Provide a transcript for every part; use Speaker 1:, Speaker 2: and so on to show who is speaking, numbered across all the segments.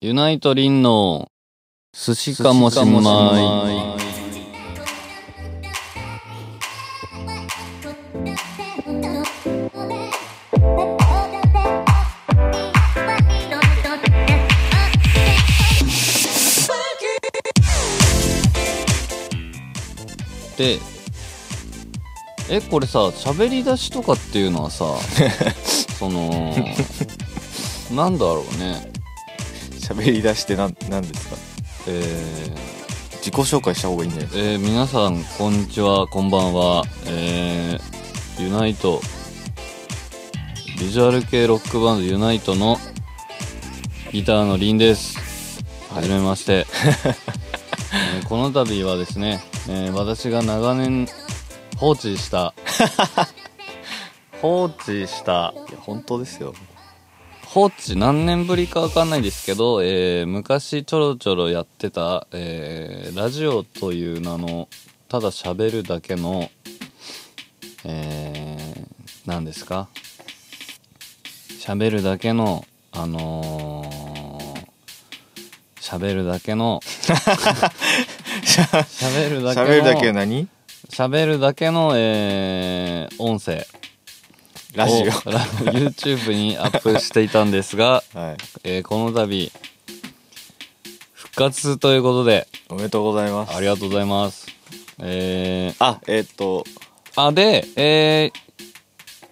Speaker 1: ユナイトリンの寿司かもしんまい。で、え、これさ、喋り出しとかっていうのはさ、その、なんだろうね。
Speaker 2: 喋り出してなんなんですか
Speaker 1: えー
Speaker 2: 自己紹介した方がいいんじゃないですか
Speaker 1: えー皆さんこんにちはこんばんはえーユナイトビジュアル系ロックバンドユナイトのギターのリンですはじめまして、えーこの度はですね、えー私が長年放置した放置した
Speaker 2: いや本当ですよ
Speaker 1: 放置何年ぶりかわかんないですけど、えー昔ちょろちょろやってた、えーラジオという名のただ喋るだけの、えー何ですか喋るだけのあのー喋るだけの喋るだけの
Speaker 2: 喋るだけは何
Speaker 1: 喋るだけの、えー音声
Speaker 2: ラジ
Speaker 1: をラ YouTube にアップしていたんですが
Speaker 2: オはい
Speaker 1: えーこの度復活ということで
Speaker 2: おめでとうございます
Speaker 1: ありがとうございますえー、
Speaker 2: あえーっと
Speaker 1: あでえ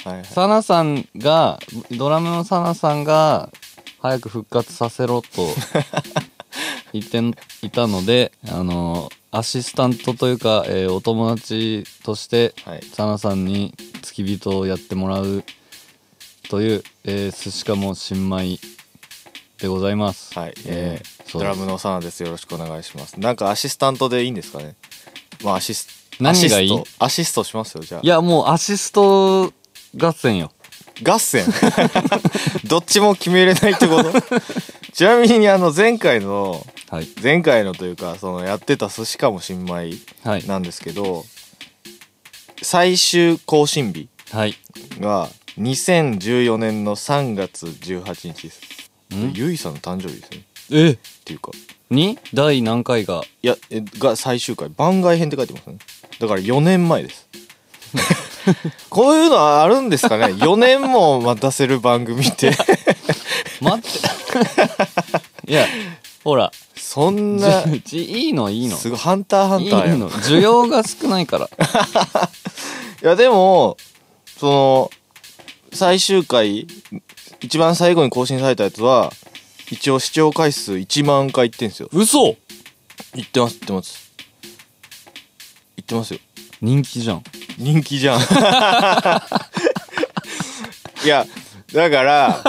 Speaker 2: はいはい
Speaker 1: ー、サナさんがドラムのサナさんが早く復活させ ろと言ってんいたのであのアシスタントというか、えーお友達として
Speaker 2: はい
Speaker 1: サナさんに付き人をやってもらうという、えー、寿司かも新米でございます。
Speaker 2: はいえ
Speaker 1: ー
Speaker 2: ードラムのサナですよろしくお願いしますなんかアシスタントでいいんですかねまあアシス
Speaker 1: 何がいい
Speaker 2: アシストアシストしますよじゃあ
Speaker 1: いや、もうアシスト合戦よ。
Speaker 2: 合 戦どっちも決めれないってこと ちなみにあの前回の
Speaker 1: はい。
Speaker 2: 前回のというかそのやってた寿司かも新米
Speaker 1: はい。
Speaker 2: なんですけど最終更新日
Speaker 1: はい。
Speaker 2: が2014年の3月18日です
Speaker 1: ん
Speaker 2: ゆいさんの誕生日ですねっ
Speaker 1: え
Speaker 2: ていうか
Speaker 1: に第何回が。
Speaker 2: いやえが最終回番外編って書いてますねだから4年前です こういうのあるんですかね4年も待たせる番組って
Speaker 1: 待 って。いや、ほら。
Speaker 2: そん
Speaker 1: じ
Speaker 2: な
Speaker 1: じ いいのいいの。
Speaker 2: すごいハンターハン
Speaker 1: いい
Speaker 2: ターやん
Speaker 1: の。需要が少ないから。
Speaker 2: いやでもその最終回一番最後に更新されたやつは一応視聴回数1万回いってんすよ
Speaker 1: 嘘
Speaker 2: いってますいってますいってますよ
Speaker 1: 人気じゃん。
Speaker 2: 人気じゃん いやだから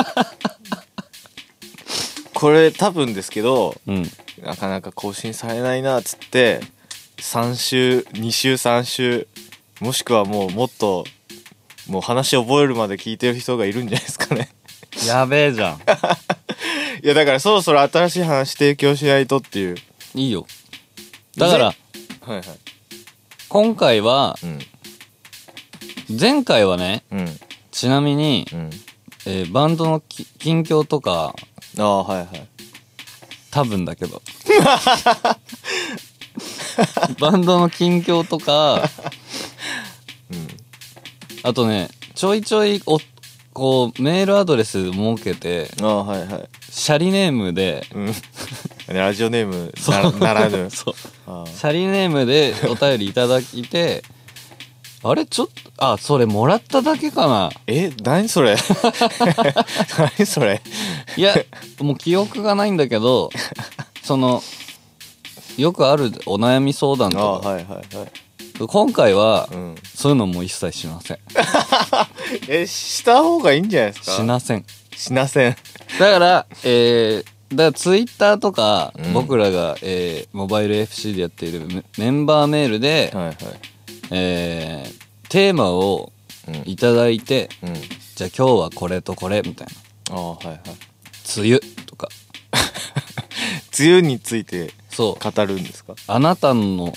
Speaker 2: これ多分ですけど
Speaker 1: うん。
Speaker 2: なかなか更新されないなっつって3週2週3週もしくはもうもっともう話覚えるまで聞いてる人がいるんじゃないですかね
Speaker 1: やべえじゃん。
Speaker 2: いやだからそろそろ新しい話提供しないとっていう
Speaker 1: いいよ。だから、
Speaker 2: はいはい
Speaker 1: 今回は、
Speaker 2: うん
Speaker 1: 前回はね、
Speaker 2: うん
Speaker 1: ちなみに、
Speaker 2: うん
Speaker 1: えーバンドのき近況とか、
Speaker 2: ああはいはい
Speaker 1: 多分だけどバンドの近況とか、あとねちょいちょいおこうメールアドレス設けて
Speaker 2: ああはいはい
Speaker 1: シャリネームで
Speaker 2: うん ラジオネームなならぬ
Speaker 1: そう
Speaker 2: あー
Speaker 1: シャリネームでお便りいただいてあれちょっとあそれもらっただけかな
Speaker 2: え何それ 何それ
Speaker 1: いやもう記憶がないんだけどそのよくあるお悩み相談
Speaker 2: あ
Speaker 1: とか
Speaker 2: あ、はいはいはい
Speaker 1: 今回は、
Speaker 2: うん
Speaker 1: そういうのも一切しません
Speaker 2: えした方がいいんじゃないですか
Speaker 1: しなせん。
Speaker 2: しなせん
Speaker 1: だから、えー、だからツイッターとか、
Speaker 2: うん
Speaker 1: 僕らが、えー、モバイル FC でやっているメメンバーメールで、
Speaker 2: はいはい
Speaker 1: えー、テーマを
Speaker 2: うん
Speaker 1: いただいて、
Speaker 2: うん。
Speaker 1: じゃあ今日はこれとこれみたいな。
Speaker 2: ああ、はいはい。
Speaker 1: 梅雨とか。
Speaker 2: 梅雨について
Speaker 1: そう。
Speaker 2: 語るんですか
Speaker 1: あなたの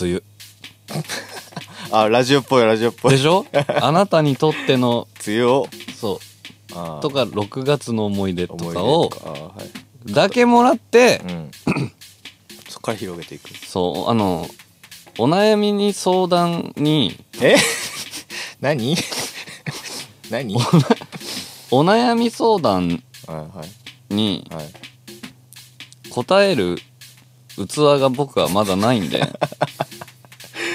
Speaker 1: 梅雨。
Speaker 2: あ、ラジオっぽい、ラジオっぽい。
Speaker 1: で
Speaker 2: 梅
Speaker 1: し ょあなたにとっての、
Speaker 2: 雨を、
Speaker 1: そう。
Speaker 2: あー
Speaker 1: とか、6月の思い出と
Speaker 2: 思い出
Speaker 1: かを
Speaker 2: とかあーはい。
Speaker 1: だけもらって、
Speaker 2: うん、そっから広げていく
Speaker 1: そう、あの、お悩みに相談に、
Speaker 2: え 何 何はい
Speaker 1: お悩み相談
Speaker 2: は
Speaker 1: に
Speaker 2: いはい
Speaker 1: 答える器が僕はまだないん で。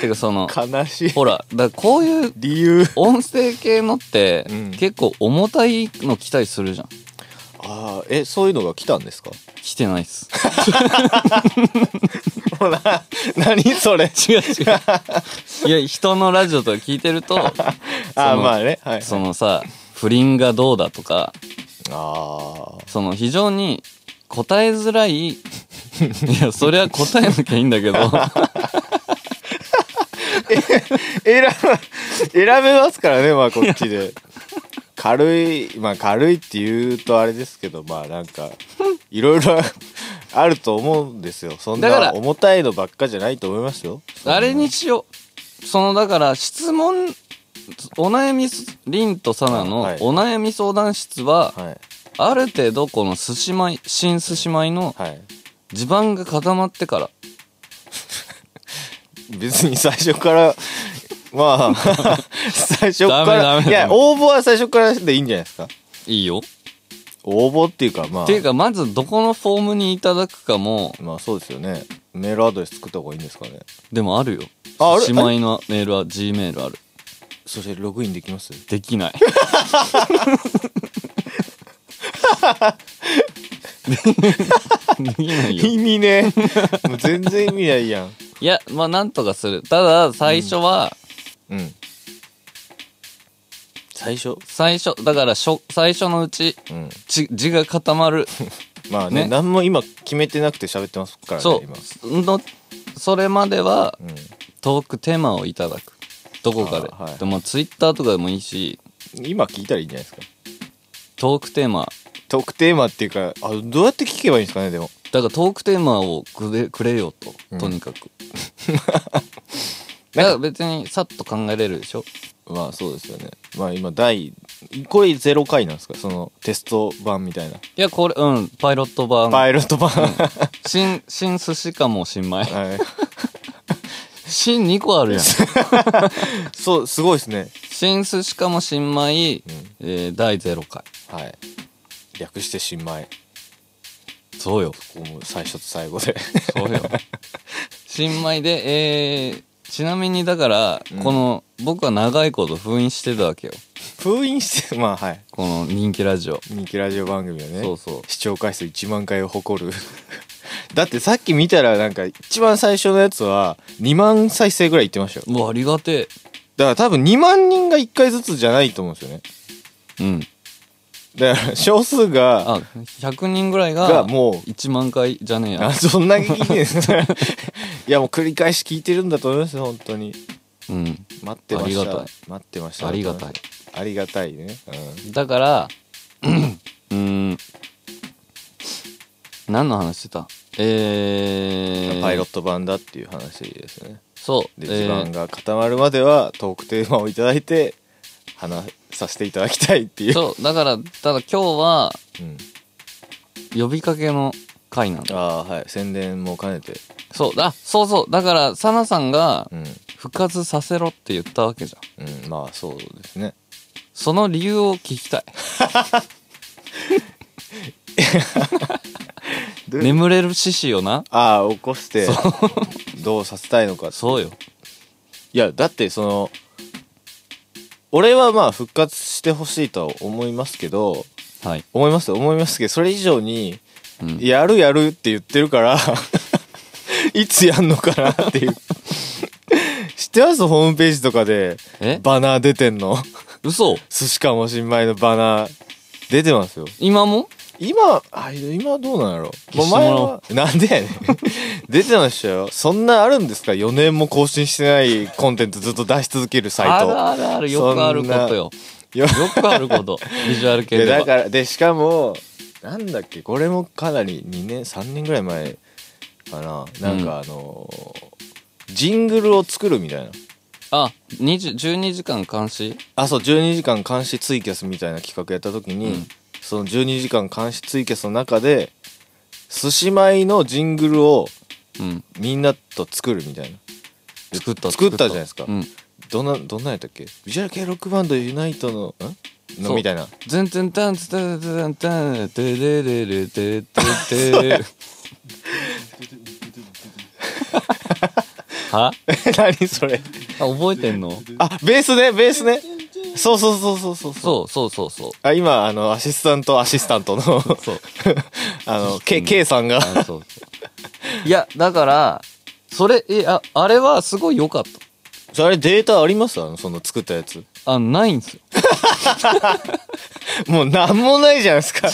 Speaker 1: てかその、
Speaker 2: 悲しい
Speaker 1: ほら、だからこういう
Speaker 2: 理由
Speaker 1: 音声系のって、
Speaker 2: うん
Speaker 1: 結構重たいの期待するじゃん。
Speaker 2: ああえそういうのが来たんですか
Speaker 1: 来てないっす。
Speaker 2: ほら何それ
Speaker 1: 違う違う。いや、人のラジオとか聞いてると、
Speaker 2: あ
Speaker 1: そ
Speaker 2: あ
Speaker 1: の
Speaker 2: まあねはい
Speaker 1: そのさ、不倫がどうだとか、
Speaker 2: あ
Speaker 1: その非常に答えづらい、いや、そりゃ答えなきゃいいんだけど、
Speaker 2: あ選ぶ 選べますからねまあこっちで軽いまあ軽いって言うとあれですけどまあなんかいろいろ あると思うんですよそん
Speaker 1: だから
Speaker 2: な重たいのばっかじゃないと思いますよ
Speaker 1: あれにしよう。その、だから、質問、お悩みす、リンとサナの
Speaker 2: はい
Speaker 1: お悩み相談室は、
Speaker 2: はい
Speaker 1: ある程度この寿司米、新寿司米の
Speaker 2: はい
Speaker 1: 地盤が固まってから、
Speaker 2: 別に最初から まあ最初
Speaker 1: ダメ
Speaker 2: か
Speaker 1: ダ
Speaker 2: ら
Speaker 1: メ
Speaker 2: いや応募は最初からでいいんじゃないですか
Speaker 1: いいよ。
Speaker 2: 応募っていうかまあ
Speaker 1: っていうか、まずどこのフォームにいただくかも、
Speaker 2: まあそうですよねメールアドレス作った方がいいんですかね
Speaker 1: でもあるよ。
Speaker 2: あある
Speaker 1: 寿司米のメールは G メールある。
Speaker 2: そしてログインできます
Speaker 1: でき ない。できないよ。
Speaker 2: 意味ねもう全然意味ないやん
Speaker 1: いや、まあ、なんとかする。ただ、最初は、
Speaker 2: うん最初
Speaker 1: 最初、だから、しょ、最初のうち、
Speaker 2: うん
Speaker 1: ち、字が固まる。
Speaker 2: まあね
Speaker 1: ね
Speaker 2: 何も今決めてなくて喋ってますからね
Speaker 1: そ
Speaker 2: 今
Speaker 1: う。の、それまでは、
Speaker 2: うん
Speaker 1: トークテーマをいただく。どこかで。
Speaker 2: あーはい
Speaker 1: でも、ツイッターとかでもいいし、
Speaker 2: 今聞いたらいいんじゃないですか
Speaker 1: トークテーマ。
Speaker 2: トークテーマっていうかあどうやって聞けばいいんですかねでも
Speaker 1: だから、トークテーマをくれ、くれよと。
Speaker 2: うん
Speaker 1: とにか く。だから、別に、さっと考えれるでしょ
Speaker 2: まあそうですよねまあ今第これ0回なんですかそのテスト版みたいない
Speaker 1: や、これ、うん、パイロット版。
Speaker 2: パイロット版、
Speaker 1: 新、新寿司かも新米。
Speaker 2: はい
Speaker 1: 新2個 あるやん。
Speaker 2: そうすごいですね
Speaker 1: 新寿司かも新米、
Speaker 2: うん
Speaker 1: えー、第0回。
Speaker 2: はい略して新米
Speaker 1: そうよ。
Speaker 2: ここも最初と最後で
Speaker 1: そうよ。新米で、えー、ちなみにだから、
Speaker 2: うん
Speaker 1: この、僕は長いこと封印してたわけよ。
Speaker 2: 封印してまあはい
Speaker 1: この人気ラジオ。
Speaker 2: 人気ラジオ番組はね
Speaker 1: そうそう
Speaker 2: 視聴回数1万回を誇る だってさっき見たらなんか一番最初のやつは2万再生ぐらいいってましたよ
Speaker 1: うわ、ありがて
Speaker 2: だから多分2万人が1回ずつじゃないと思うんですよね
Speaker 1: え。うん。
Speaker 2: だから少数が
Speaker 1: あ、100人ぐらいが、
Speaker 2: がもう
Speaker 1: 1万回じゃねえ
Speaker 2: あ
Speaker 1: や。
Speaker 2: そんなに聞いてるんですね いやもう繰り返し聞いてるんだと思いますよ本当に
Speaker 1: うん。
Speaker 2: 待ってまし
Speaker 1: あ
Speaker 2: た
Speaker 1: りがたい
Speaker 2: 待ってました
Speaker 1: ありがたい
Speaker 2: ありがたいね、
Speaker 1: だから、 うーん。何の話してたえ
Speaker 2: うん
Speaker 1: ー、
Speaker 2: パイロット版だっていう話ですね
Speaker 1: そう。
Speaker 2: で
Speaker 1: えー
Speaker 2: 地盤が固まるまではトークテーマをいただいて話させていただきたいっていう
Speaker 1: そう、だから、ただ今日は、
Speaker 2: うん、
Speaker 1: 呼びかけの回なんだ。
Speaker 2: ああーはい宣伝も兼ねて
Speaker 1: そう、だ、そうそう。だから、サナさんが
Speaker 2: う、ん、
Speaker 1: 復活させろって言ったわけじゃん。
Speaker 2: うん、まあそうですね
Speaker 1: その理由を聞き たい。
Speaker 2: どう
Speaker 1: 眠れる獅子よな。
Speaker 2: ああ起こしてどうさせたいのか
Speaker 1: そうよ。
Speaker 2: いやだってその俺はまあ復活してほしいとは思いますけど
Speaker 1: はい。
Speaker 2: 思います思いますけどそれ以上に
Speaker 1: うん
Speaker 2: やるやるって言ってるから いつやんのかなっていう知ってますホームページとかで
Speaker 1: え
Speaker 2: バナー出てんの
Speaker 1: 嘘
Speaker 2: 寿司かも新米のバナー出てますよ
Speaker 1: 今も
Speaker 2: 今あ今どうなんやろ
Speaker 1: 消しても
Speaker 2: 前
Speaker 1: らお
Speaker 2: はなんでやねん出てましたよそんなあるんですか4年も更新してないコンテンツずっと出し続けるサイ
Speaker 1: あ
Speaker 2: ト
Speaker 1: るあるある。よくあることよ。
Speaker 2: いや
Speaker 1: よくある こと。ビジュアル系
Speaker 2: で
Speaker 1: では。
Speaker 2: だからでしかもなんだっけこれもかなり2年3年ぐらい前かななんかあのージングルを作るみたいな
Speaker 1: あ、20 12時間監視
Speaker 2: あそう12時間監視ツイキャスみたいな企画やった時に、
Speaker 1: うん
Speaker 2: その12時間監視ツイキャスの中で寿司米のジングルを
Speaker 1: うん
Speaker 2: みんなと作るみたいな
Speaker 1: 作った
Speaker 2: 作ったじゃないですか
Speaker 1: うん
Speaker 2: どんなどんなんやったっけビジュアル系ロックバンドユナイトのん
Speaker 1: そ
Speaker 2: の
Speaker 1: う
Speaker 2: みたいな
Speaker 1: 「全然タンツタンツタンタンテレレレテテテ」は
Speaker 2: 何それ
Speaker 1: あ覚えてんの
Speaker 2: あベースねベースねそうそうそうそうそうそう
Speaker 1: そうそうそうそう
Speaker 2: あ今あのアシスタントアシスタントの
Speaker 1: そう
Speaker 2: あの K, K さんが
Speaker 1: あそうそういやだからそれえああれはすごい良かっ
Speaker 2: あれデータありますあのその作ったやつ
Speaker 1: たあないんですよ
Speaker 2: もうなんもないじゃないです か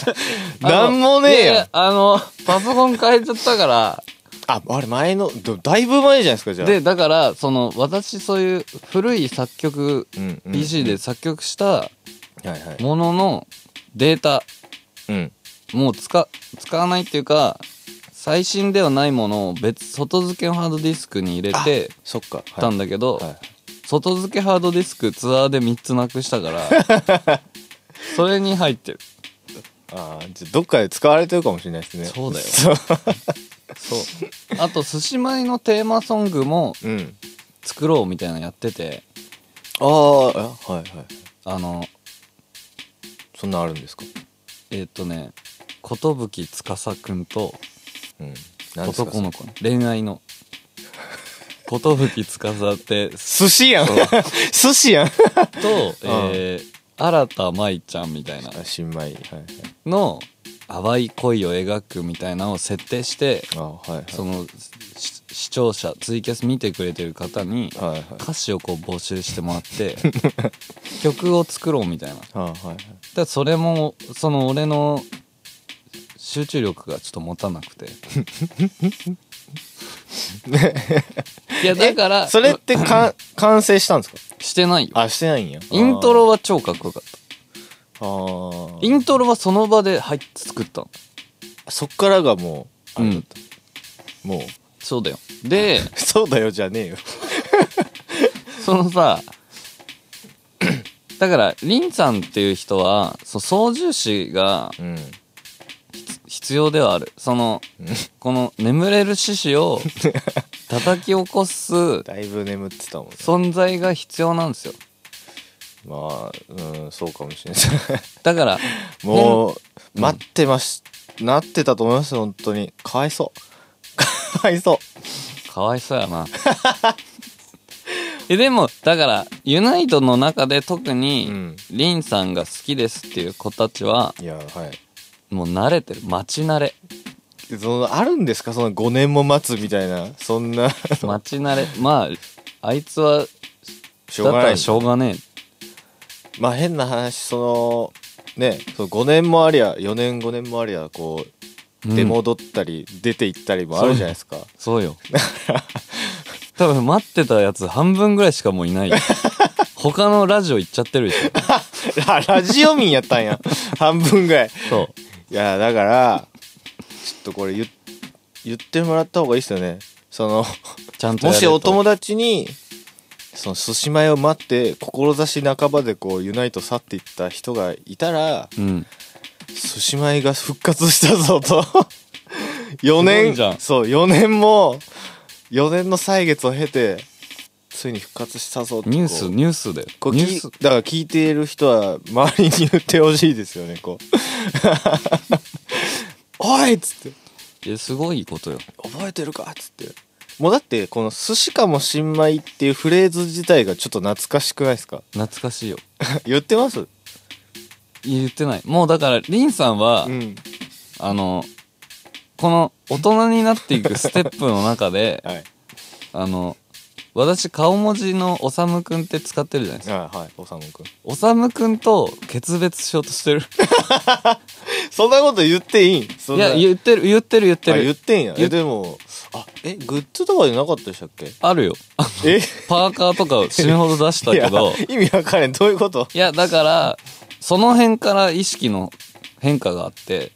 Speaker 1: あ
Speaker 2: な
Speaker 1: の
Speaker 2: んもねえ
Speaker 1: い
Speaker 2: やん
Speaker 1: いあのパソコン変えちゃったから
Speaker 2: ああれ前のどだいぶ前じゃないですかじゃあ
Speaker 1: でだからその私そういう古い作曲
Speaker 2: うんうん
Speaker 1: PC で作曲した
Speaker 2: はいはい
Speaker 1: もののデータ
Speaker 2: うん
Speaker 1: もう使使わないっていうか最新ではないものを別外付けのハードディスクに入れて
Speaker 2: そっか
Speaker 1: たんだけど、
Speaker 2: はい
Speaker 1: 外付けハードディスクツアーで3つなくしたからそれに入ってる
Speaker 2: ああじゃあどっかで使われてるかもしれないですね
Speaker 1: そうだよ
Speaker 2: そう
Speaker 1: そうあと寿司米のテーマソングも
Speaker 2: うん
Speaker 1: 作ろうみたいなのやってて
Speaker 2: あーあはいはい
Speaker 1: あの
Speaker 2: そんなんあるんですか
Speaker 1: えーっ、とね寿司くんと
Speaker 2: うん何ですか
Speaker 1: 男の子ね恋愛の寿司って
Speaker 2: 寿司やん 寿司やん
Speaker 1: と、えー、新田舞ちゃんみたいな
Speaker 2: あ新米はいはい
Speaker 1: の淡い恋を描くみたいなのを設定して
Speaker 2: あはいはい
Speaker 1: そのし視聴者ツイキャス見てくれてる方に
Speaker 2: はいはい
Speaker 1: 歌詞をこう募集してもらって 曲を作ろうみたいなだか
Speaker 2: あはいはい
Speaker 1: らそれもその俺の集中力がちょっと持たなく ていやだから
Speaker 2: それってかん完成したんですか
Speaker 1: してないよ
Speaker 2: あしてないんや
Speaker 1: イントロ
Speaker 2: は
Speaker 1: は超かっこよかった
Speaker 2: あー
Speaker 1: イントロはその場で入って作ったの
Speaker 2: そっからがもうあれだった、もう
Speaker 1: そうだよで
Speaker 2: そうだよじゃねえよ
Speaker 1: そのさ、 だから、リンさんっていう人は、そう操縦士が
Speaker 2: うん
Speaker 1: 必要ではある。その、この眠れる獅子 を叩き起こす
Speaker 2: だいぶ眠ってたもんね
Speaker 1: 存在が必要なんですよ。
Speaker 2: まあうんそうかもしれない
Speaker 1: だから、
Speaker 2: もう、
Speaker 1: うん
Speaker 2: 待ってましなってたと思いますよ本当にかわいそうかわいそう
Speaker 1: かわいそうや な。えでも、だから、ユナイトの中で特
Speaker 2: う
Speaker 1: に
Speaker 2: ん、
Speaker 1: リンさんが好きですっていう子たちは、
Speaker 2: いやはい
Speaker 1: もう慣れてる。待ち慣れ。
Speaker 2: そのあるんですかその5年も待つみたいなそんな
Speaker 1: 待ち慣れ。まあ、あいつは、
Speaker 2: しょうが
Speaker 1: だった
Speaker 2: ない
Speaker 1: らしょうがねえ。
Speaker 2: まあ変な話そのねその5年もありゃ4年5年もありゃこ
Speaker 1: うん
Speaker 2: う出戻ったり、出て行ったりもあるじゃないですか
Speaker 1: そうよ。多分待ってたやつ半分ぐらいしかもうい ないよ。他のラジオ行っちゃってるでし
Speaker 2: ラ ラジオ民やったんや 半分ぐらい
Speaker 1: ょ。そう。
Speaker 2: いやだからちょっとこれ言っ言ってもらった方がいいですよね その
Speaker 1: ちゃんと
Speaker 2: も
Speaker 1: やれ
Speaker 2: し
Speaker 1: と。
Speaker 2: お友達にその寿司米を待って志半ばでこうユナイト去っていった人がいたら
Speaker 1: うん。
Speaker 2: 寿司米が復活した ぞと
Speaker 1: す
Speaker 2: 4
Speaker 1: ご
Speaker 2: 年
Speaker 1: いじゃん
Speaker 2: そう4年も4年の歳月を経てついに復活したぞって
Speaker 1: ニュース、
Speaker 2: こう
Speaker 1: ニュースで。
Speaker 2: こう
Speaker 1: ニュ
Speaker 2: き
Speaker 1: ース。
Speaker 2: だから聞いている人は周りに言ってほしいですよねこ うおいっつって
Speaker 1: いや、すごいことよ。
Speaker 2: 覚えてるかっつってもうだってこの「寿司かも新米」っていうフレーズ自体がちょっと懐かしくないですか
Speaker 1: 懐かしいよ。
Speaker 2: 言ってます
Speaker 1: 言ってない。もうだから、リンさんは、
Speaker 2: ん
Speaker 1: あの、この大人になっていくステップの中で、
Speaker 2: はい
Speaker 1: あの、私顔文字のおさむくんって使ってるじゃないですか。
Speaker 2: あはいおさむくん
Speaker 1: おさむくんと決別しようとしてる。
Speaker 2: そんなこと言っていいんそ
Speaker 1: い
Speaker 2: んな
Speaker 1: や、言ってる、言ってる、言って
Speaker 2: あ
Speaker 1: る。
Speaker 2: 言ってんや
Speaker 1: 言
Speaker 2: え
Speaker 1: っ
Speaker 2: でもあえグッズとかじゃなかったでしたっけ
Speaker 1: あるよ。
Speaker 2: え
Speaker 1: パーカーとか死ぬほど出した
Speaker 2: い
Speaker 1: け
Speaker 2: や
Speaker 1: ど、い
Speaker 2: 意味わかんないどういうこと
Speaker 1: や、だから、その辺から意識の変化があ って、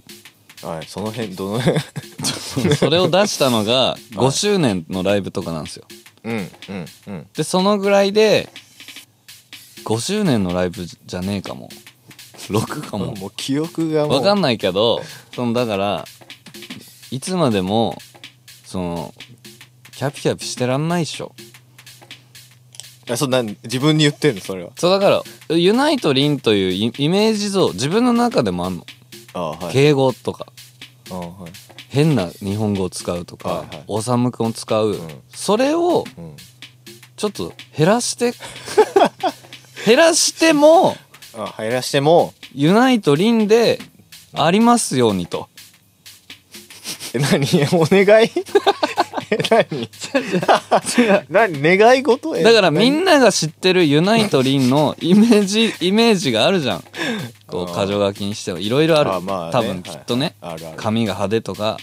Speaker 2: はいその辺どの辺
Speaker 1: それを出したのが5周年のライブとかなんですよ。
Speaker 2: うんうんうん
Speaker 1: で、そのぐらいで、5周年のライブじゃねえかも。6かも。
Speaker 2: もう記憶がもう
Speaker 1: わかんないけど、その、だから、いつまでもそのキャピキャピしてらんないっしょ
Speaker 2: やそんな自分に言ってんのそれは
Speaker 1: そうだからユナイト・リンというイイメージ像自分の中でもあんの、
Speaker 2: ああはい
Speaker 1: 敬語とか
Speaker 2: ああはい
Speaker 1: 変な日本語を使うとか、
Speaker 2: はいはい
Speaker 1: おさむくんを使う、
Speaker 2: ん
Speaker 1: それを
Speaker 2: うん
Speaker 1: ちょっと減らして 減らしても
Speaker 2: あ入らしても
Speaker 1: ユナイト・リンでありますようにと。
Speaker 2: え何お願いえ何何願い事え
Speaker 1: だからみ
Speaker 2: なん
Speaker 1: なが知ってるユナイト・リンのイメー ジ、イメージがあるじゃん。こう、
Speaker 2: あー
Speaker 1: 箇条書きにしてもいろいろある。
Speaker 2: あまあね
Speaker 1: 多分きっとね、
Speaker 2: はいあるある
Speaker 1: 髪が派手とか、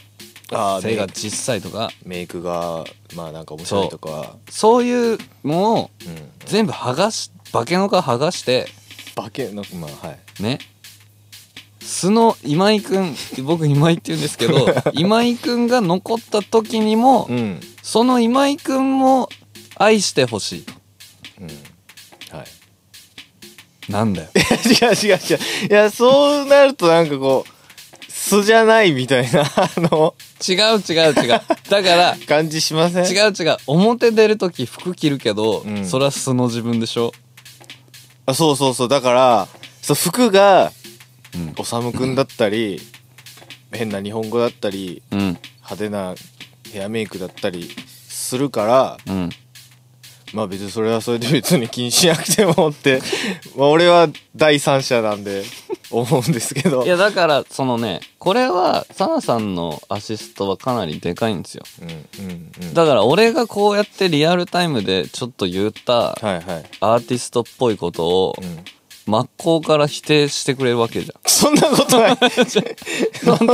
Speaker 2: あー
Speaker 1: 背が小さいとか、
Speaker 2: メイクがまあなんか面白いとか
Speaker 1: そういうのを
Speaker 2: うん
Speaker 1: 全部剥がし、化けの皮剥がして、
Speaker 2: 化けのまあはい
Speaker 1: ね。素の今井くん、僕今井って言うんですけど、 今井くんが残った時にも、
Speaker 2: うん
Speaker 1: その今井くんも愛してほしいと。
Speaker 2: はい
Speaker 1: なんだよ。
Speaker 2: 違う違う違ういやそうなるとなんかこう素じゃないみたいなあの
Speaker 1: 違う違う違う。だ から、
Speaker 2: 感じしませんう
Speaker 1: 違う違う表出る時服着るけど、
Speaker 2: うん
Speaker 1: それは素の自分でしょ
Speaker 2: あそうそうそうだからそう服が
Speaker 1: うん
Speaker 2: おさむくんだったり変な日本語だったり
Speaker 1: うん
Speaker 2: 派手なヘアメイクだったりするから
Speaker 1: うん
Speaker 2: まあ別にそれはそれで別に気にしなくてもって まあ俺は第三者なんで思うんですけど
Speaker 1: いやだからそのねこれはサナさんのアシストはかなりでかいんですよ
Speaker 2: うんうんうん
Speaker 1: だから俺がこうやってリアルタイムでちょっと言った
Speaker 2: はいはい、
Speaker 1: アーティストっぽいことを
Speaker 2: うん、
Speaker 1: 真っ向から否定してくれるわけじ
Speaker 2: そんなこ とない
Speaker 1: ゃんな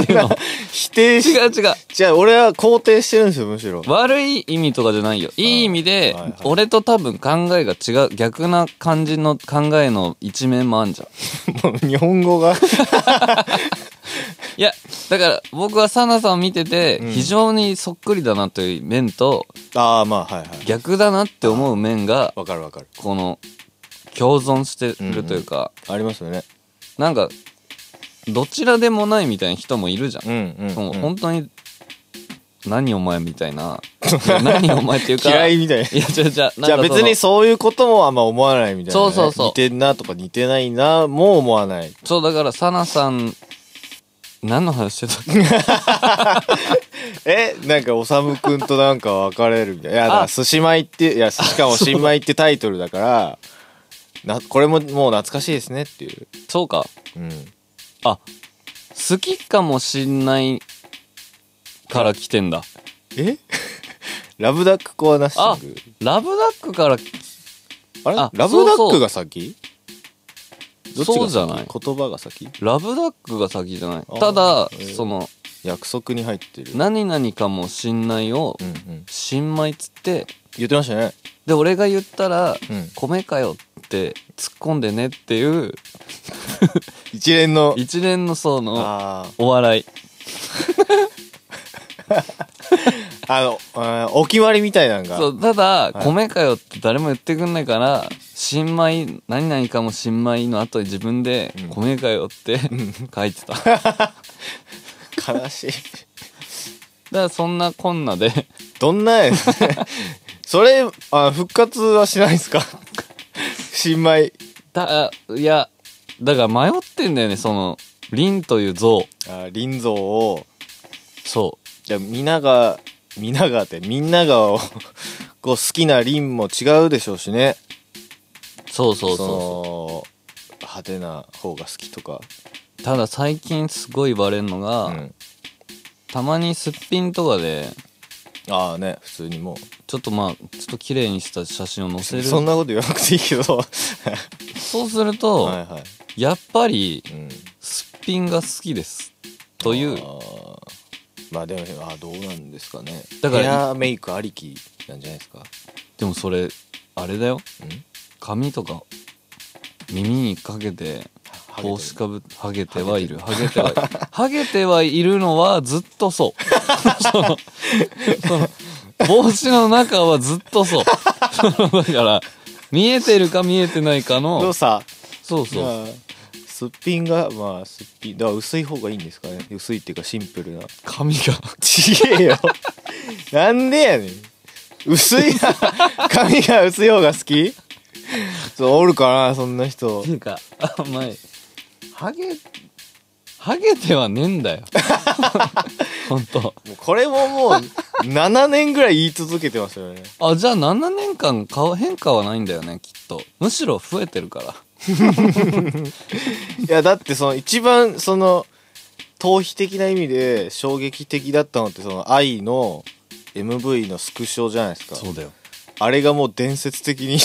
Speaker 1: んていうの
Speaker 2: 否定し
Speaker 1: 違う違う
Speaker 2: じゃあ俺は肯定してるんですよむしろ
Speaker 1: 悪い意味とかじゃないよいい意味で
Speaker 2: はいはい
Speaker 1: 俺と多分考えが違う逆な感じの考えの一面もあんじゃん
Speaker 2: もう日本語が
Speaker 1: いや、だから僕はサナさんを見てて、
Speaker 2: うん
Speaker 1: 非常にそっくりだなという面と、
Speaker 2: ああまあはいはい
Speaker 1: 逆だなって思う面が、
Speaker 2: わかるわかる
Speaker 1: この、共存してるというか、
Speaker 2: ありますよね
Speaker 1: なんか、どちらでもないみたいな人もいるじゃん。
Speaker 2: うんうん、
Speaker 1: もう
Speaker 2: うん
Speaker 1: 本当に、何お前みたい な。いや何お前っていうか、
Speaker 2: 嫌いみたいな
Speaker 1: いや、じゃじゃ、
Speaker 2: じゃあ別に
Speaker 1: そ
Speaker 2: そういうこともあんま思わないみたいな、ね、
Speaker 1: そうそうそう
Speaker 2: 似てんなとか似てないなもう思わない
Speaker 1: そう、だからサナさん、何の話してたっ け
Speaker 2: えなんかおさむくんとなんか別れるみたいないやだから
Speaker 1: あ
Speaker 2: 「すしまい」っていやしかも「新米」ってタイトルだからなこれももう懐かしいですねっていう
Speaker 1: そうか。
Speaker 2: うん
Speaker 1: あ、好きかもしんないから来てんだ。
Speaker 2: え ラブダックコアナッシング
Speaker 1: ラブダックから、
Speaker 2: あれ
Speaker 1: あ
Speaker 2: ラブダ
Speaker 1: そうそ
Speaker 2: ック
Speaker 1: う
Speaker 2: が先どっちが先
Speaker 1: そうじゃない
Speaker 2: 言葉が先
Speaker 1: ラブダックが先じゃない
Speaker 2: あ。ー
Speaker 1: ただ
Speaker 2: え、ー
Speaker 1: その、
Speaker 2: 約束に入ってる
Speaker 1: 何々かもしんないを
Speaker 2: う、んうん
Speaker 1: 新米っつって、
Speaker 2: 言ってましたね
Speaker 1: で、俺が言ったら、
Speaker 2: うん
Speaker 1: 米かよって突っ込んでねっていう、
Speaker 2: 一連の
Speaker 1: 一連の層の
Speaker 2: あ
Speaker 1: お笑い。
Speaker 2: ーあのあーお決まりみたいなのが
Speaker 1: そう、ただ、米かよって誰も言ってくんないから、新米、何々かも新米の後に自分で
Speaker 2: うん、
Speaker 1: 米かよって 書いてた。だか
Speaker 2: 悲しい
Speaker 1: らそんなこんなで、
Speaker 2: どん なやつそれあ復活はしないですか 新米
Speaker 1: だ、いや、だから迷ってんだよね、その、凛という像。
Speaker 2: あ林蔵を
Speaker 1: そ
Speaker 2: じゃあ皆が皆がってみんながをこう好きな林も違うでしょうしね
Speaker 1: う。そうそうそうそ
Speaker 2: その派手な方が好きとか、
Speaker 1: う。ただ最近すごい言われるのが、
Speaker 2: うん
Speaker 1: たまにすっぴんとかで、
Speaker 2: ああね普通にもう
Speaker 1: ちょっとまあ、ちょっと綺麗にした写真を載せる。
Speaker 2: そんなこと言わなくてい いけどは
Speaker 1: そうすると、
Speaker 2: いは
Speaker 1: やっぱり、
Speaker 2: い、うん、
Speaker 1: すっぴんが好きです。という、
Speaker 2: あーまあでもあーどうなんですかね
Speaker 1: だから
Speaker 2: ヘアメイクありきなんじゃないですか
Speaker 1: でもそれ、あれだよ。
Speaker 2: うん
Speaker 1: 髪とか、耳にかけて、
Speaker 2: ハゲてる
Speaker 1: 帽子かぶって、ハゲてはいる。ハゲてはいる。ハゲてはいるのはずっと そう。その、その、帽子の中はずっとそう。そのだから、見えてるか見えてないか
Speaker 2: どう
Speaker 1: の、
Speaker 2: さ
Speaker 1: そうそう。
Speaker 2: まあすっぴんがまあすっぴんだから薄い方がいいんですかね薄いっていうかシンプルな
Speaker 1: 髪が
Speaker 2: ちげえよなんでやねん薄いな髪が薄い方が好きそうおるかなそんな人
Speaker 1: なんかあんまり
Speaker 2: ハゲ
Speaker 1: ハゲてはねえんだ よ本当
Speaker 2: もうこれももう7年ぐらい言い続けてますよね
Speaker 1: あじゃあ7年間顔変化はないんだよねきっとむしろ増えてるから
Speaker 2: いやだってその一番その逃避的な意味で衝撃的だったのってその愛の MV のスクショじゃないですか
Speaker 1: うだよ
Speaker 2: あれがもう伝説的に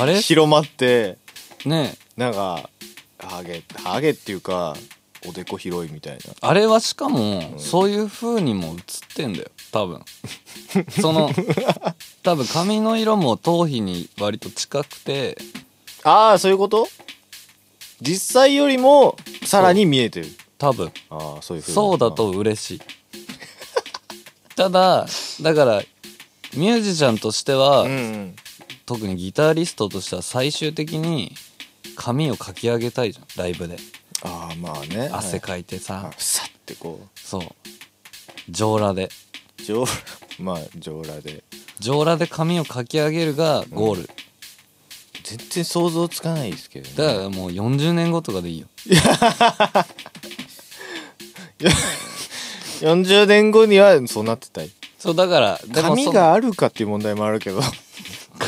Speaker 1: あれ
Speaker 2: 広まって
Speaker 1: ねえ
Speaker 2: なんかハゲハゲっていうかおでこ広いみたいな
Speaker 1: あれはしかもそういう風にも映ってんだよ多分 その多分髪の色も頭皮に割と近くて
Speaker 2: ああそういうこと実際よりもさらに見えてる
Speaker 1: 多分
Speaker 2: ああそういうふうに
Speaker 1: そうだと嬉しいただだからミュージシャンとしては、
Speaker 2: うんうん
Speaker 1: 特にギタリストとしては最終的に髪をかき上げたいじゃんライブで
Speaker 2: ああまあね
Speaker 1: 汗かいてさ、
Speaker 2: はいさってこう
Speaker 1: そう上裸で
Speaker 2: 上 まあ上裸で
Speaker 1: 上裸で髪をかき上げるがゴール、
Speaker 2: 全然想像つかないですけど、ね、
Speaker 1: だからもう40年後とかでいいよ
Speaker 2: 40年後にはそうなってたい
Speaker 1: そうだからでも
Speaker 2: 髪
Speaker 1: そ
Speaker 2: があるかっていう問題もあるけど
Speaker 1: か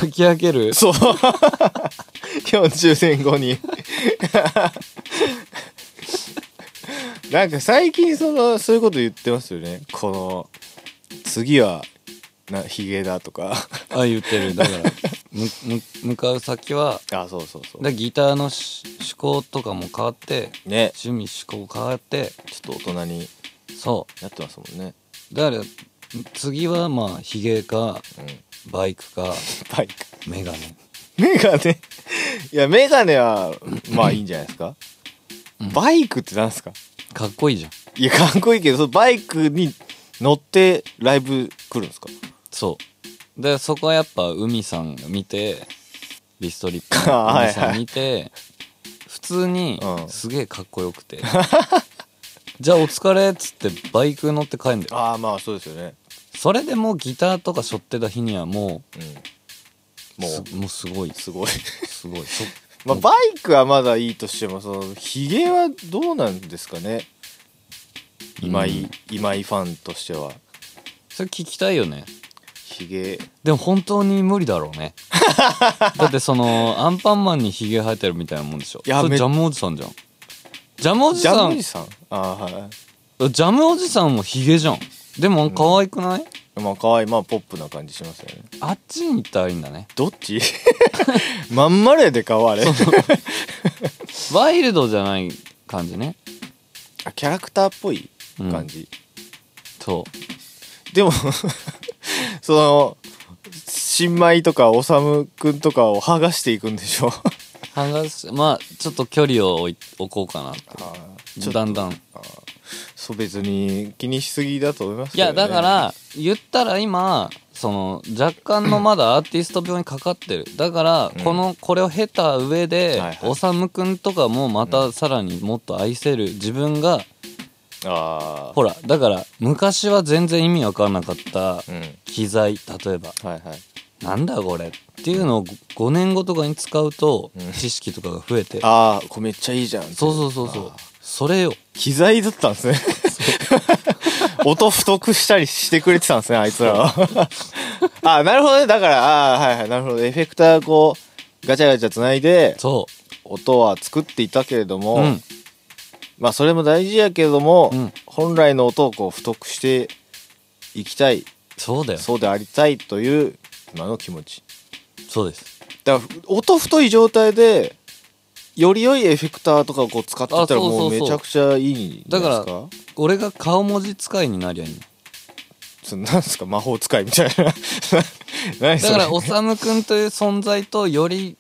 Speaker 1: き上げる
Speaker 2: そう40年後になんか最近そのそういうこと言ってますよねこの次はなヒゲだとか
Speaker 1: あ言ってるだからむむ向かう先は
Speaker 2: あそうそうそ
Speaker 1: だからギターのし趣向とかも変わって
Speaker 2: うね
Speaker 1: 趣味趣向変わって
Speaker 2: ちょっと大人に
Speaker 1: そ
Speaker 2: なってますもんね、
Speaker 1: うだから次はまあヒゲか
Speaker 2: うん、
Speaker 1: バイクか
Speaker 2: バイク
Speaker 1: メガネ
Speaker 2: メガネいやメガネはまあいいんじゃないですか、
Speaker 1: うん
Speaker 2: バイクってなんですか
Speaker 1: かっこいいじゃん
Speaker 2: いやかっこいいけどそのバイクに乗ってライブ来るんですか
Speaker 1: そうでそこはやっぱ海さんが見てリストリップ
Speaker 2: あ
Speaker 1: の
Speaker 2: はいはい
Speaker 1: 海さん見て、普通に
Speaker 2: うん
Speaker 1: すげえかっこよくて じゃあお疲れっつってバイク乗って帰んだよ
Speaker 2: ああまあそうですよね
Speaker 1: それでもうギターとか背負ってた日にはも
Speaker 2: うん
Speaker 1: う
Speaker 2: も
Speaker 1: す
Speaker 2: う
Speaker 1: もうすごい
Speaker 2: すごい
Speaker 1: すごいそ
Speaker 2: まあバイクはまだいいとしてもそのヒゲはどうなんですかね今井、
Speaker 1: うん
Speaker 2: 今井ファンとしては
Speaker 1: それ聞きたいよね
Speaker 2: ヒゲ
Speaker 1: でも本当に無理だろ うねだってそのアンパンマンにヒゲ生えてるみたいなもんでしょ
Speaker 2: いや
Speaker 1: それ
Speaker 2: め
Speaker 1: ジャムおじさんじゃんジャムおじ
Speaker 2: ジ
Speaker 1: さ
Speaker 2: ャムお
Speaker 1: ん
Speaker 2: じさんああは
Speaker 1: ジャムおじさんもヒゲじゃんでも可愛くない、
Speaker 2: いまあ可愛いまあポップな感じしますよね
Speaker 1: あっちに行ったらいいんだね
Speaker 2: どっち まんまるやで顔あれ
Speaker 1: ワイルドじゃない感じね
Speaker 2: あ キャラクターっぽい感じ、
Speaker 1: そう
Speaker 2: でも その新米とか修くんとかを剥がしていくんでしょ
Speaker 1: 剥がすまあちょっと距離を置い置こうかな
Speaker 2: ちょ
Speaker 1: だ
Speaker 2: っと
Speaker 1: んだんい
Speaker 2: そう別に気にしすぎだと思いますけど、ね、
Speaker 1: やだから言ったら今その若干のまだアーティスト病にかかってるだから
Speaker 2: うん
Speaker 1: このこれを経た上で
Speaker 2: はいはい
Speaker 1: おさむくんとかもまたさらにもっと愛せる自分が
Speaker 2: あ
Speaker 1: ほらだから昔は全然意味わかんなかった
Speaker 2: あうん
Speaker 1: 機材例えば
Speaker 2: はいはい
Speaker 1: なんだこれっていうのを5年後とかに使うと
Speaker 2: うん
Speaker 1: 知識とかが増えて、
Speaker 2: ああこれめっちゃいいじゃん
Speaker 1: そうそうそうそう
Speaker 2: あー
Speaker 1: それよ
Speaker 2: 機材だったんですね音太くしたりしてくれてたんですねあいつらはあなるほどねだからああはいはいなるほどエフェクターこうガチャガチャつないで
Speaker 1: そ
Speaker 2: 音は作っていたけれども、
Speaker 1: ううん
Speaker 2: まあそれも大事やけれども、
Speaker 1: うん
Speaker 2: 本来の音をこう太くしていきたい
Speaker 1: そうだよそ
Speaker 2: そうでありたいという今の気持ち
Speaker 1: うです
Speaker 2: だから音太い状態でより良いエフェクターとかをこう使っていったら
Speaker 1: あそうそうそ
Speaker 2: も
Speaker 1: う
Speaker 2: うめちゃくちゃいいんじゃないです
Speaker 1: だ
Speaker 2: か
Speaker 1: 俺が顔文字使いになりゃいいの
Speaker 2: そのなんですか魔法使いみたいな
Speaker 1: だ
Speaker 2: 何そ
Speaker 1: か
Speaker 2: れ
Speaker 1: らおさむくんという存在とより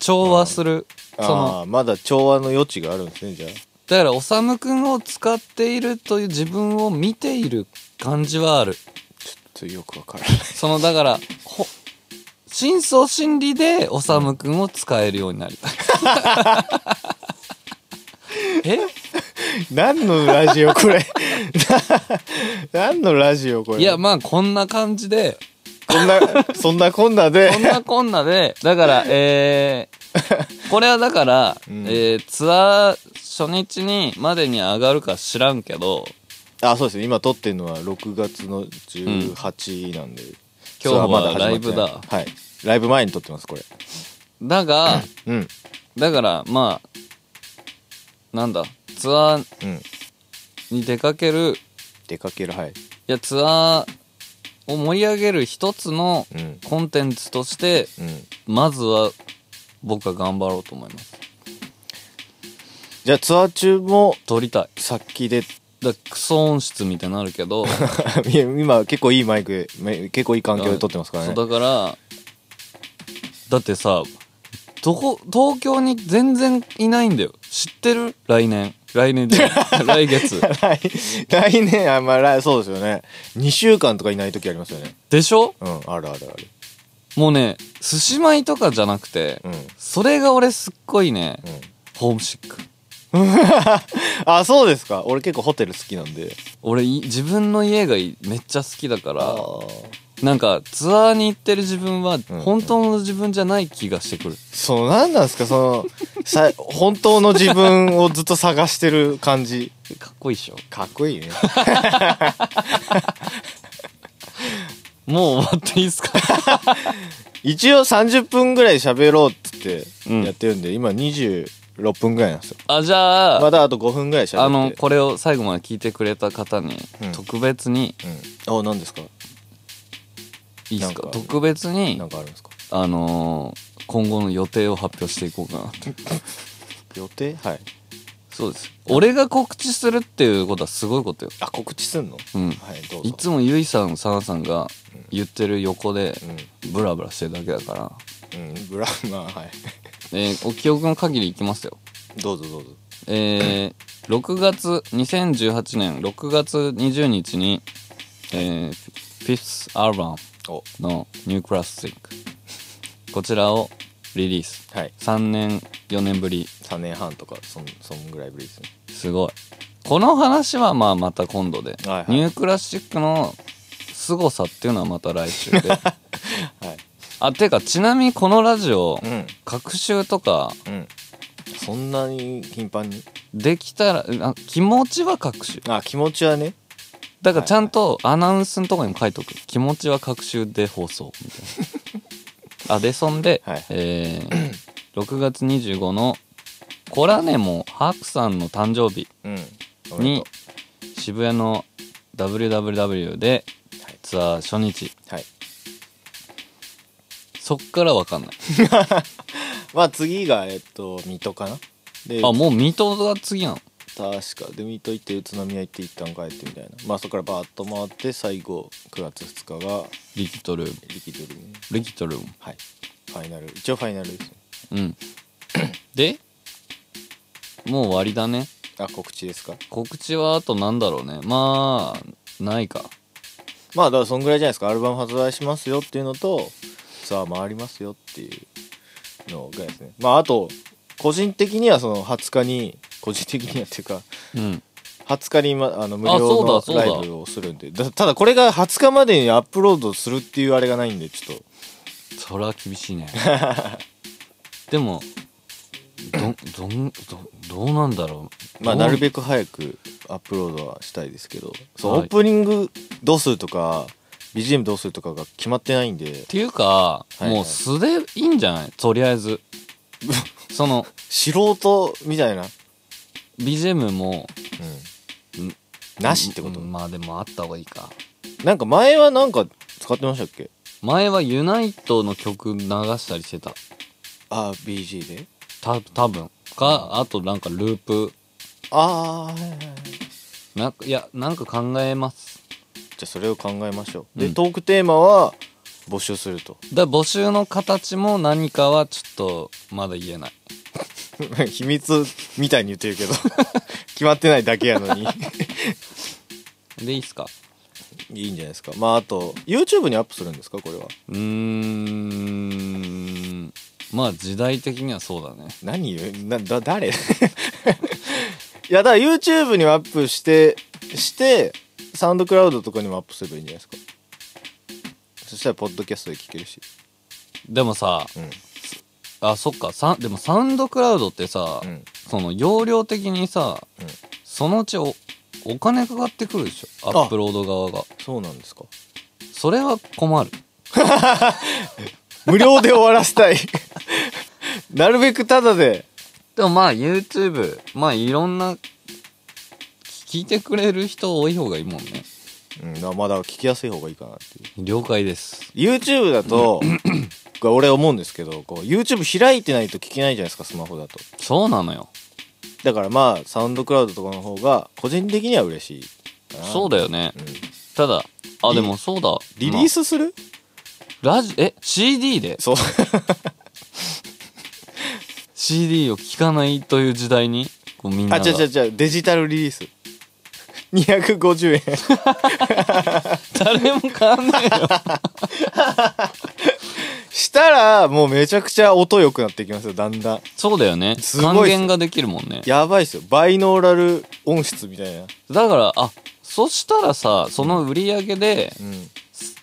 Speaker 1: 調和するその
Speaker 2: あーまだ調和の余地があるんですねじゃあ
Speaker 1: だからおさむくんを使っているという自分を見ている感じはある
Speaker 2: ちょっとよくわからない
Speaker 1: そのだからほ深 層心理でおさむくんを使えるようになりたいえ
Speaker 2: 何のラジオこれ な何のラジオこれ
Speaker 1: いや、まあ、こんな感じで、
Speaker 2: こんな そんなこんなで
Speaker 1: こんなこんなで、だから、えー、これはだから、
Speaker 2: うん
Speaker 1: えー、ツアー初日にまでに上がるか知らんけど、
Speaker 2: あそうですね今撮ってるのは6月の18なんで、
Speaker 1: 今日は
Speaker 2: まだ始まってない
Speaker 1: ライブだ
Speaker 2: はいライブ前に撮ってますこれ
Speaker 1: だが、
Speaker 2: うん
Speaker 1: だから、まあ、なんだ、ツアー
Speaker 2: うん
Speaker 1: に出かける、い
Speaker 2: 出かけるはい
Speaker 1: や、ツアーを盛り上げる一つの
Speaker 2: うん
Speaker 1: コンテンツとして、
Speaker 2: うん
Speaker 1: まずは僕は頑張ろうと思います。
Speaker 2: じゃあツアー中も
Speaker 1: 撮りたい。
Speaker 2: 先で
Speaker 1: だからクソ音質みたいになるけど、
Speaker 2: いや今結構いいマイクでめ結構いい 環境で撮ってますからね
Speaker 1: そうだからだってさどこ東京に全然いないんだよ知ってる来年来年じゃない来 月
Speaker 2: 来来年あまあ来そうですよね2週間とかいない時ありますよね
Speaker 1: でしょ
Speaker 2: うんあるあるある
Speaker 1: もうね寿司米とかじゃなくて、
Speaker 2: うん
Speaker 1: それが俺すっごいね、
Speaker 2: うん
Speaker 1: ホームシック
Speaker 2: あそうですか俺結構ホテル好きなんで
Speaker 1: 俺い自分の家がいめっちゃ好きだから
Speaker 2: ー
Speaker 1: なんかツアーに行ってる自分は
Speaker 2: ん
Speaker 1: 本当の自分じゃない気がしてくる、
Speaker 2: そうなんなんですかそのさ本当の自分をずっと探してる感じ
Speaker 1: かっこいいでしょ
Speaker 2: かっこいいね
Speaker 1: もう終わっていいっす か
Speaker 2: 一応30分ぐらい喋ろうっつ
Speaker 1: うん
Speaker 2: ってやってるんで、今26分ぐらいなんですよ
Speaker 1: あじゃあ、
Speaker 2: まだあと5分ぐらい喋って
Speaker 1: あのこれを最後まで聞いてくれた方に
Speaker 2: うん
Speaker 1: 特別に、
Speaker 2: うん、あ何ですか
Speaker 1: いいですか
Speaker 2: なんか
Speaker 1: 特別に
Speaker 2: なんかあるんですか
Speaker 1: あのー今後の予定を発表していこうかなって
Speaker 2: 予定はい
Speaker 1: そうです俺が告知するっていうことはすごいことよ
Speaker 2: あ告知すんの
Speaker 1: うん
Speaker 2: はいどうぞ
Speaker 1: いつもゆいさんさなさんが言ってる横で
Speaker 2: う
Speaker 1: ブラブラしてるだけだから、
Speaker 2: ん、うん、ブラウンまあはい
Speaker 1: えーお記憶の限りいきますよ
Speaker 2: どうぞどうぞ
Speaker 1: えー6月2018年6月20日に、えー、フィフスアルバム
Speaker 2: お
Speaker 1: のニュークラスティックこちらをリリース
Speaker 2: はい
Speaker 1: 3年4年ぶり
Speaker 2: 3年半とかそんそんぐらいぶりですね
Speaker 1: すごいこの話はまあまた今度で、
Speaker 2: はいはい
Speaker 1: ニュークラシックの凄さっていうのはまた来週で
Speaker 2: はい
Speaker 1: あてかちなみにこのラジオ
Speaker 2: うん
Speaker 1: 隔週とか
Speaker 2: うんそんなに頻繁に
Speaker 1: できたらあ気持ちは隔週
Speaker 2: あ気持ちはね
Speaker 1: だからちゃんとアナウンスのとこにも書いとく気持ちは隔週で放送みた いなあでそんで、
Speaker 2: はい
Speaker 1: えー6月25のコラネモハクさんの誕生日
Speaker 2: うんおめで
Speaker 1: に
Speaker 2: と
Speaker 1: 渋谷の WWW でツアー初日
Speaker 2: うはい
Speaker 1: そっからわかんない
Speaker 2: まあ次がえっと水戸かなで
Speaker 1: あもう水戸が次なの
Speaker 2: 確かで水戸行って宇都宮行って一旦帰ってみたいなまあそこからバーッと回って最後9月2日が
Speaker 1: リキッドルーム
Speaker 2: リキドルね
Speaker 1: リキッドルーム
Speaker 2: はいファイナル一応ファイナルですね
Speaker 1: うん でもう終わりだね
Speaker 2: あ告知ですか
Speaker 1: 告知はあとなんだろうねまあないか
Speaker 2: まあだからそんぐらいじゃないですかアルバム発売しますよっていうのとツアー回りますよっていうのぐらいですねまああと個人的にはその20日に個人的にはっていうか
Speaker 1: うん
Speaker 2: 20日に、ま、あの無
Speaker 1: あそう
Speaker 2: 料
Speaker 1: だそう
Speaker 2: の
Speaker 1: だ
Speaker 2: ライブをするんでだただこれが20日までにアップロードするっていうあれがないんでちょっと
Speaker 1: それは厳しいね でもどどんどどうなんだろう
Speaker 2: まあ、なる
Speaker 1: く
Speaker 2: べく早くアップロードはしたいですけどそう、
Speaker 1: はい
Speaker 2: オープニングどうするとか BGM どうするとかが決まってないんで
Speaker 1: っていうか、
Speaker 2: いはい
Speaker 1: もう素でいいんじゃないとりあえ ずその
Speaker 2: 素人みたいな、うん
Speaker 1: BGM も
Speaker 2: なしってこと、
Speaker 1: うんまあでもあった方がいいか
Speaker 2: なんか前はなんか使ってましたっけ
Speaker 1: 前はユナイトの曲流したりしてた
Speaker 2: ああ BG で
Speaker 1: た多分かあとなんかループ
Speaker 2: ああはいはいはい
Speaker 1: なんかいやなんか考えます
Speaker 2: じゃあそれを考えましょうで、
Speaker 1: うん
Speaker 2: トークテーマは募集すると
Speaker 1: だ募集の形も何かはちょっとまだ言えない
Speaker 2: 秘密みたいに言ってるけど 決ま ってないだけやのに
Speaker 1: でいいっすか
Speaker 2: いいんじゃないですかまああと YouTube にアップするんですかこれは
Speaker 1: うーんまあ時代的にはそうだね
Speaker 2: 何言うなだ誰いやだから YouTube にもアップしてしてサウンドクラウドとかにもアップすればいいんじゃないですかそしたらポッドキャストで聞けるし
Speaker 1: でもさ、
Speaker 2: うん
Speaker 1: あそっかさでもサウンドクラウドってさ、
Speaker 2: うん
Speaker 1: その容量的にさ、
Speaker 2: うん
Speaker 1: そのうちおお金かかってくるでしょ
Speaker 2: あ
Speaker 1: アップロード側が
Speaker 2: そうなんですか
Speaker 1: それは困る
Speaker 2: 無料で終わらせ たいなるべくタダで
Speaker 1: でもまあ YouTube まあいろんな聞いてくれる人多い方がいいもんね
Speaker 2: うんまあまあだから聞きやすい方がいいかなっていう
Speaker 1: 了解です
Speaker 2: YouTube だとこれ俺思うんですけどこう YouTube 開いてないと聞けないじゃないですかスマホだと
Speaker 1: そうなのよ
Speaker 2: だからまあサウンドクラウドとかの方が個人的には嬉しいかな
Speaker 1: そうだよね
Speaker 2: うん
Speaker 1: ただあ
Speaker 2: リ
Speaker 1: でもそうだ
Speaker 2: リリースする、
Speaker 1: まあラジえ CD で
Speaker 2: そう
Speaker 1: CD を聴かないという時代にこうみん
Speaker 2: あ
Speaker 1: なが
Speaker 2: 違う違う違うデジタルリリース250円
Speaker 1: 誰も買わないよ
Speaker 2: したらもうめちゃくちゃ音良くなっていきますよだんだん
Speaker 1: そうだよね
Speaker 2: すごいっす
Speaker 1: 還元ができるもんね
Speaker 2: やばいっすよバイノーラル音質みたいな
Speaker 1: だからあそしたらさその売り上げで、
Speaker 2: うん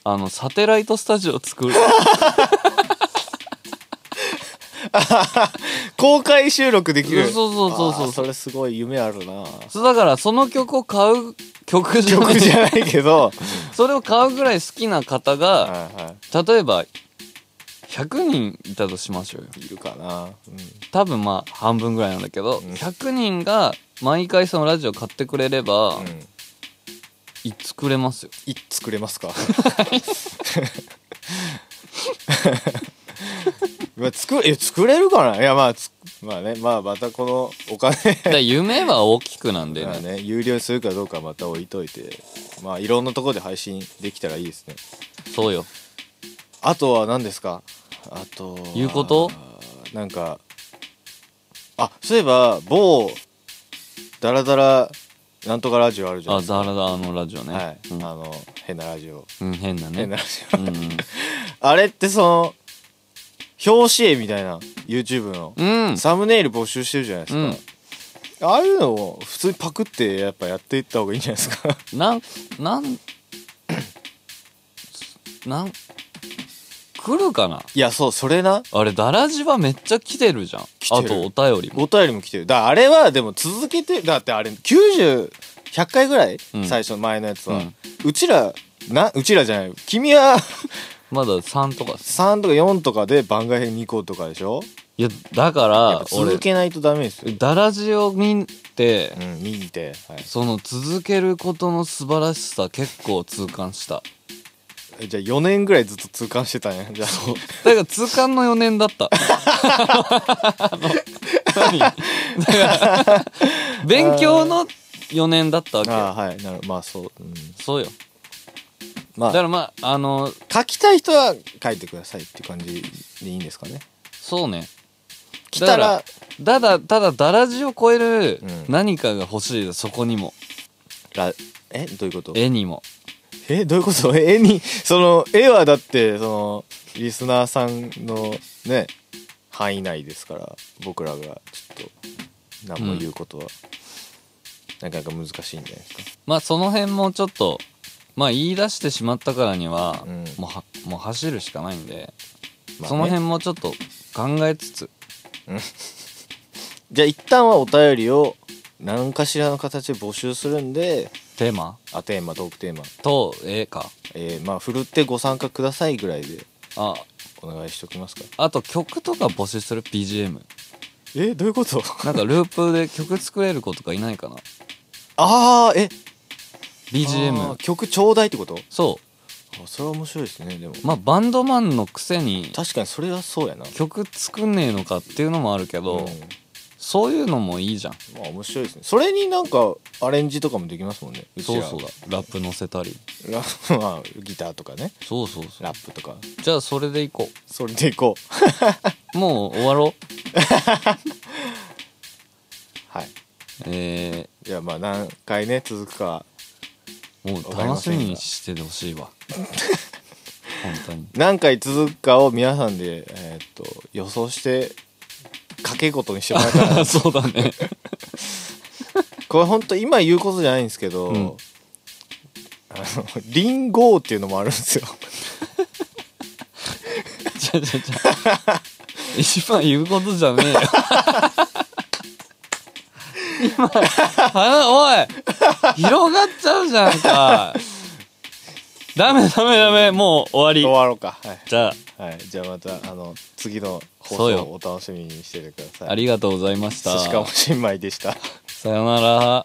Speaker 1: あのサテライトスタジオ作 る
Speaker 2: 公開収録できる
Speaker 1: そうそうそうそう
Speaker 2: あーそれすごい夢あるな
Speaker 1: そうだからその曲を買う曲じゃな
Speaker 2: 曲
Speaker 1: い
Speaker 2: じゃないけど
Speaker 1: それを買うぐらい好きな方が
Speaker 2: はいは
Speaker 1: 例えば100人いたとしましょうよ
Speaker 2: いいるかな、うん
Speaker 1: 多分まあ半分ぐらいなんだけど、
Speaker 2: うん
Speaker 1: 100人が毎回そのラジオ買ってくれれば、
Speaker 2: うん
Speaker 1: い作れますよ
Speaker 2: い作 れますかまあ作れえ作れるかないやまあつまあねまあまたこのお金
Speaker 1: だから夢は大きくなんで
Speaker 2: まあ
Speaker 1: ね
Speaker 2: ね有料にするかどうかはまた置いといてまあいろんなところで配信できたらいいですね
Speaker 1: そうよ
Speaker 2: あとは何ですかあとは
Speaker 1: 言うこと
Speaker 2: なんかあそういえば某ダラダラなんとかラジオあるじゃない
Speaker 1: あ
Speaker 2: ですか
Speaker 1: ザラダあのラジオね、
Speaker 2: はい、
Speaker 1: う
Speaker 2: あ
Speaker 1: ん
Speaker 2: の変なラジオ
Speaker 1: うん、変だね
Speaker 2: 変なラジオ
Speaker 1: うんうん
Speaker 2: あれってその表紙絵みたいな YouTube の、
Speaker 1: うん
Speaker 2: サムネイル募集してるじゃないですか、ああいうのを普通にパクってやっぱやっていった方がいいんじゃないです か
Speaker 1: なんなんなん来るかない
Speaker 2: やそうそれな
Speaker 1: あれダラジはめっちゃ来てるじゃんあ
Speaker 2: 来てる
Speaker 1: とお便りも
Speaker 2: お便りも来てるだからあれはでも続けてだってあれ90100回ぐらい、
Speaker 1: うん
Speaker 2: 最初の前のやつは、
Speaker 1: う
Speaker 2: うんちらなうちらじゃない君は
Speaker 1: まだ3とかっす
Speaker 2: 3とか4とかで番外編2個とかでしょ
Speaker 1: いやだか
Speaker 2: やっ
Speaker 1: ら
Speaker 2: ぱ続
Speaker 1: 俺
Speaker 2: けないとダメですよ、
Speaker 1: ダラジを見て、
Speaker 2: うん、見て、はい
Speaker 1: その続けることの素晴らしさ結構痛感した
Speaker 2: えじゃあ4年ぐらいずっと痛感してたんやじゃあ
Speaker 1: だから痛感の4年だった あの何 だから勉強の4年だったわけ
Speaker 2: ああ
Speaker 1: よ
Speaker 2: はいなるまあそう、うん、
Speaker 1: そうよ
Speaker 2: ま
Speaker 1: だか
Speaker 2: あ
Speaker 1: らまああの
Speaker 2: 書きたい人は書いてくださいっていう感じでいいんですかね
Speaker 1: そうね
Speaker 2: 来たら
Speaker 1: だだただだらじを超える
Speaker 2: うん
Speaker 1: 何かが欲しいよそこにも
Speaker 2: らえどういうことえ
Speaker 1: 絵にも
Speaker 2: どういうこと え絵にその絵はだってそのリスナーさんのね範囲内ですから僕らがちょっと何も言うことは、なかなか難しいんじゃないですか
Speaker 1: まあその辺もちょっとまあ言い出してしまったからには,、
Speaker 2: うん
Speaker 1: もうはもう走るしかないんで、
Speaker 2: まあね
Speaker 1: その辺もちょっと考えつつ
Speaker 2: じゃあ一旦はお便りを何かしらの形で募集するんで
Speaker 1: テーマ
Speaker 2: あテーマトークテーマ
Speaker 1: と絵か
Speaker 2: えーまあ振るってご参加くださいぐらいで
Speaker 1: あ
Speaker 2: お願いしときますか
Speaker 1: あと曲とか募集する BGM
Speaker 2: えどういうこと
Speaker 1: なんかループで曲作れる子とかいないかな
Speaker 2: ああえ
Speaker 1: BGM
Speaker 2: あー曲ちょうだいってこと
Speaker 1: そ
Speaker 2: あそれは面白いですねでも
Speaker 1: うまあバンドマンのくせに
Speaker 2: 確かにそれはそうやな
Speaker 1: 曲作んねえのかっていうのもあるけど、
Speaker 2: うん
Speaker 1: そういうのもいいじゃん
Speaker 2: まあ面白いですねそれになんかアレンジとかもできますもんねうち
Speaker 1: そう
Speaker 2: ら
Speaker 1: そうだラップ乗せたり
Speaker 2: ラ まあギターとかね
Speaker 1: そうそうそう
Speaker 2: ラップとか
Speaker 1: じゃあそれでいこ
Speaker 2: それでいこう
Speaker 1: うもう終わろう
Speaker 2: はい
Speaker 1: え
Speaker 2: いやまあ何回ね続くかは
Speaker 1: ー、もう楽しみにしててほしい わ本当 に
Speaker 2: 何回続くかを皆さんで、えーっと 予想して掛け事にしてもらえたら
Speaker 1: そうだね
Speaker 2: これ本当今言うことじゃないんですけど、
Speaker 1: うん
Speaker 2: あのリンゴっていうのもあるんですよ
Speaker 1: ちゃちゃちゃ。 一番言うことじゃねえよ。今、はおい広がっちゃうじゃんか。ダメダメダメ、もう終
Speaker 2: 終
Speaker 1: わ
Speaker 2: わろうかはい
Speaker 1: り。じゃあ、
Speaker 2: はい、じゃあまたあの次の放
Speaker 1: そう
Speaker 2: 送
Speaker 1: よ
Speaker 2: をお楽しみにしててください。
Speaker 1: ありがとうございました。
Speaker 2: しかも新米でした。
Speaker 1: さよなら。